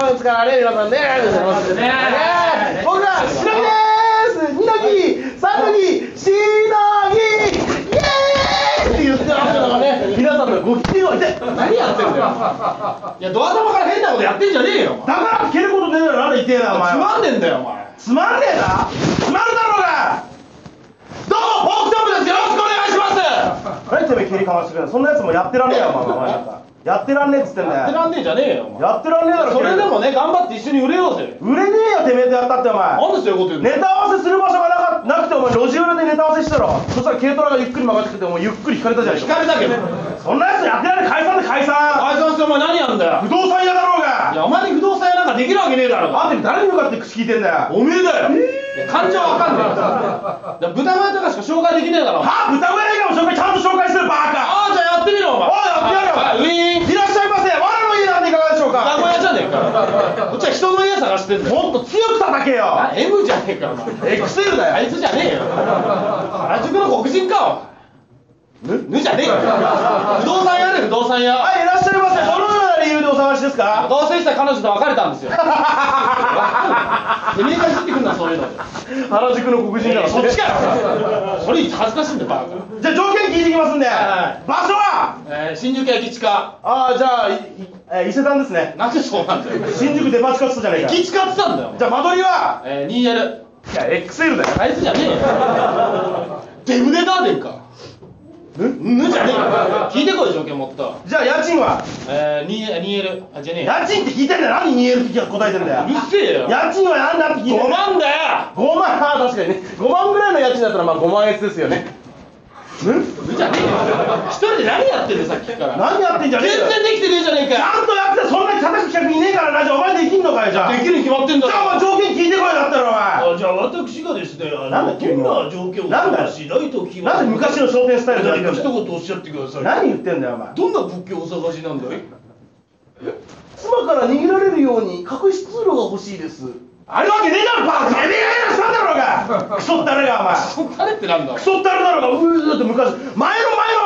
ラマンです。ありがとうございます。ねえ僕ら、しのぎです。二のぎ、三のぎ、しのぎ。イエーイって言ってましたからね。皆さんのご機嫌をいて、何やってんだよ。いや、ドア玉から変なことやってんじゃねえよ。だから蹴ることねえだろなんで言ってえなおお前つ前まんねえんだよ、お前。つまんねえなつまるだろうがどうも、フォークトップです。よろしくお願いします。何てめえ蹴りかましてくれそんなやつもやってらんねえよお前お前なんかやってらんねえっつってんだよやってらんねえじゃねえよ、お前。やってらんねえだろそれでもねね、頑張って一緒に売れようぜ。売れねえよてめえとやったってお前なんでそういうこと言うんだよネタ合わせする場所がなかなくてお前路地裏でネタ合わせしたろそしたら軽トラがゆっくり曲がってきてお前ゆっくり引かれたじゃない聞かれたけど。そんなやつやってらんねえ解散で解散解散してお前何やんだよ不。動産屋だろうがいや、お前に不動産屋なんかできるわけねえだろうが。あんたに誰に向かって口聞いてんだよおめえだよ、いや感情わかんねえからだから豚前とかしか紹介できねえだろはああ豚小屋以外も紹介ちゃんと紹介してるバカあじゃあやってみろお前おいやってみろウィーンいらっしゃいませ我の家なんていかがでしょう豚小か屋じゃねえかこっちは人の家探してんだよもっと強く叩けよあ M じゃねえかお前 XL あだよいつじゃねえよ原宿の黒人かお前ぬぬじゃねえよ不動産屋で不動産屋はいいらっしゃいませどのような理由でお探しですか同棲した彼女と別れたん ですよでみんな知ってくんなそういうので原宿の黒人だからそっちかよそれ恥ずかしいんだよバカじゃあ条件聞いてきますんで場は所はえー新宿駅近ああじゃあいいえー伊勢丹ですねなんでそうなんだよ新宿デパ地下っつったじゃねえか気使ってたんだよじゃあ間取りはえー、2L いや XL だよあいつじゃねえよデブデダーデンかぬぬじゃねえよ聞いてこい条件もっとじゃあ家賃はえー、2L 2L あじゃねえよ家賃って聞いてんだよ何 2L って答えてんだようるせえよ家賃は何だって聞いてんだ5よ万だよ5万ああ確かにね5万ぐらいの家賃だったらまあ5万円ですよねんぬじゃねえよ一人で何やってんだよさっきから何やってんじゃね全えよ然できてねえじゃねえちゃかんとやってそんなに叩く客いねえからなじゃあお前できんのかよじゃあよでじきるに決まってんだろゃあお前条件聞いてこいだったらおあじゃあ私がですね、あなんだの急にどんな条件をなんだよ探しないとき前は、なんで昔の商店スタイルでやっ何てか一んだよ言おっしゃってください。何言ってんだよお前どんな物件をお探しなんだい妻から逃げられるように隠し通路が欲しいですあるわけねえだろバーカてめえがやらしたんだろうがクソったれがお前そっかれってなんだクソったれだろうがうーだって昔前の前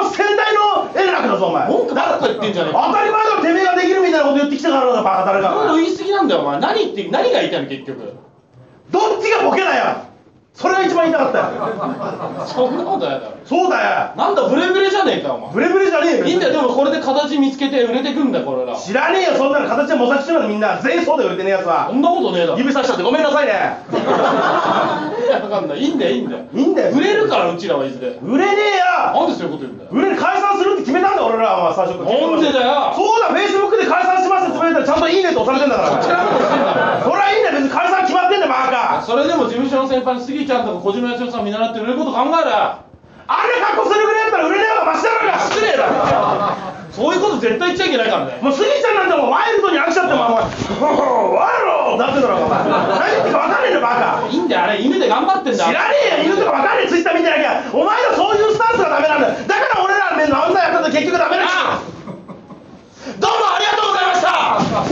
の先代の円楽だぞお前文句ばっか言ってんじゃねえか当たり前だろてめえができるみたいなこと言ってきたからだバカたれいろいがろ言い過ぎなんだよお前何言って何が言いたいの結局どっちがボケだよそれが一番言いたかったよそんなことやだろそうだよなんだブレブレじゃねえかお前ブレブレじゃねえよいいんだよ、でもこれで形見つけて売れてくんだよ、これら。知らねえよそんなの形で模索してるのみんな全員そうだよ売れてねえやつはそんなことねえだろ。指さしちゃってごめんなさいねいや、わかんない。いいんだよ、いいんだよ。いいんだよ売れるから、うちらはいずれ。売れねえよなんでそういうこと言うんだよ。売れる解散するって決めたんだ俺らは最初からなんでだよそうだフェイスブックで解散しますってつぶやいたらちゃんといいねって押されてんだから違うことしてんだからそりゃいいんだよ別に解散決まってんだよバカそれでも事務所の先輩の杉ちゃんとか小島よしおさん見習って売れること考えろよ。あんな格好するぐらいだったら売れねえのがマシだろうが失礼だろ。そういうこと絶対言っちゃいけないからね。もうスギちゃんなんてもうワイルドに飽きちゃってもうお前「ワイルド!」なってんだろお前何言ってるか分かんねえんだよバカいいんだよ、あれ、犬で頑張ってんだ知らねえよ犬とか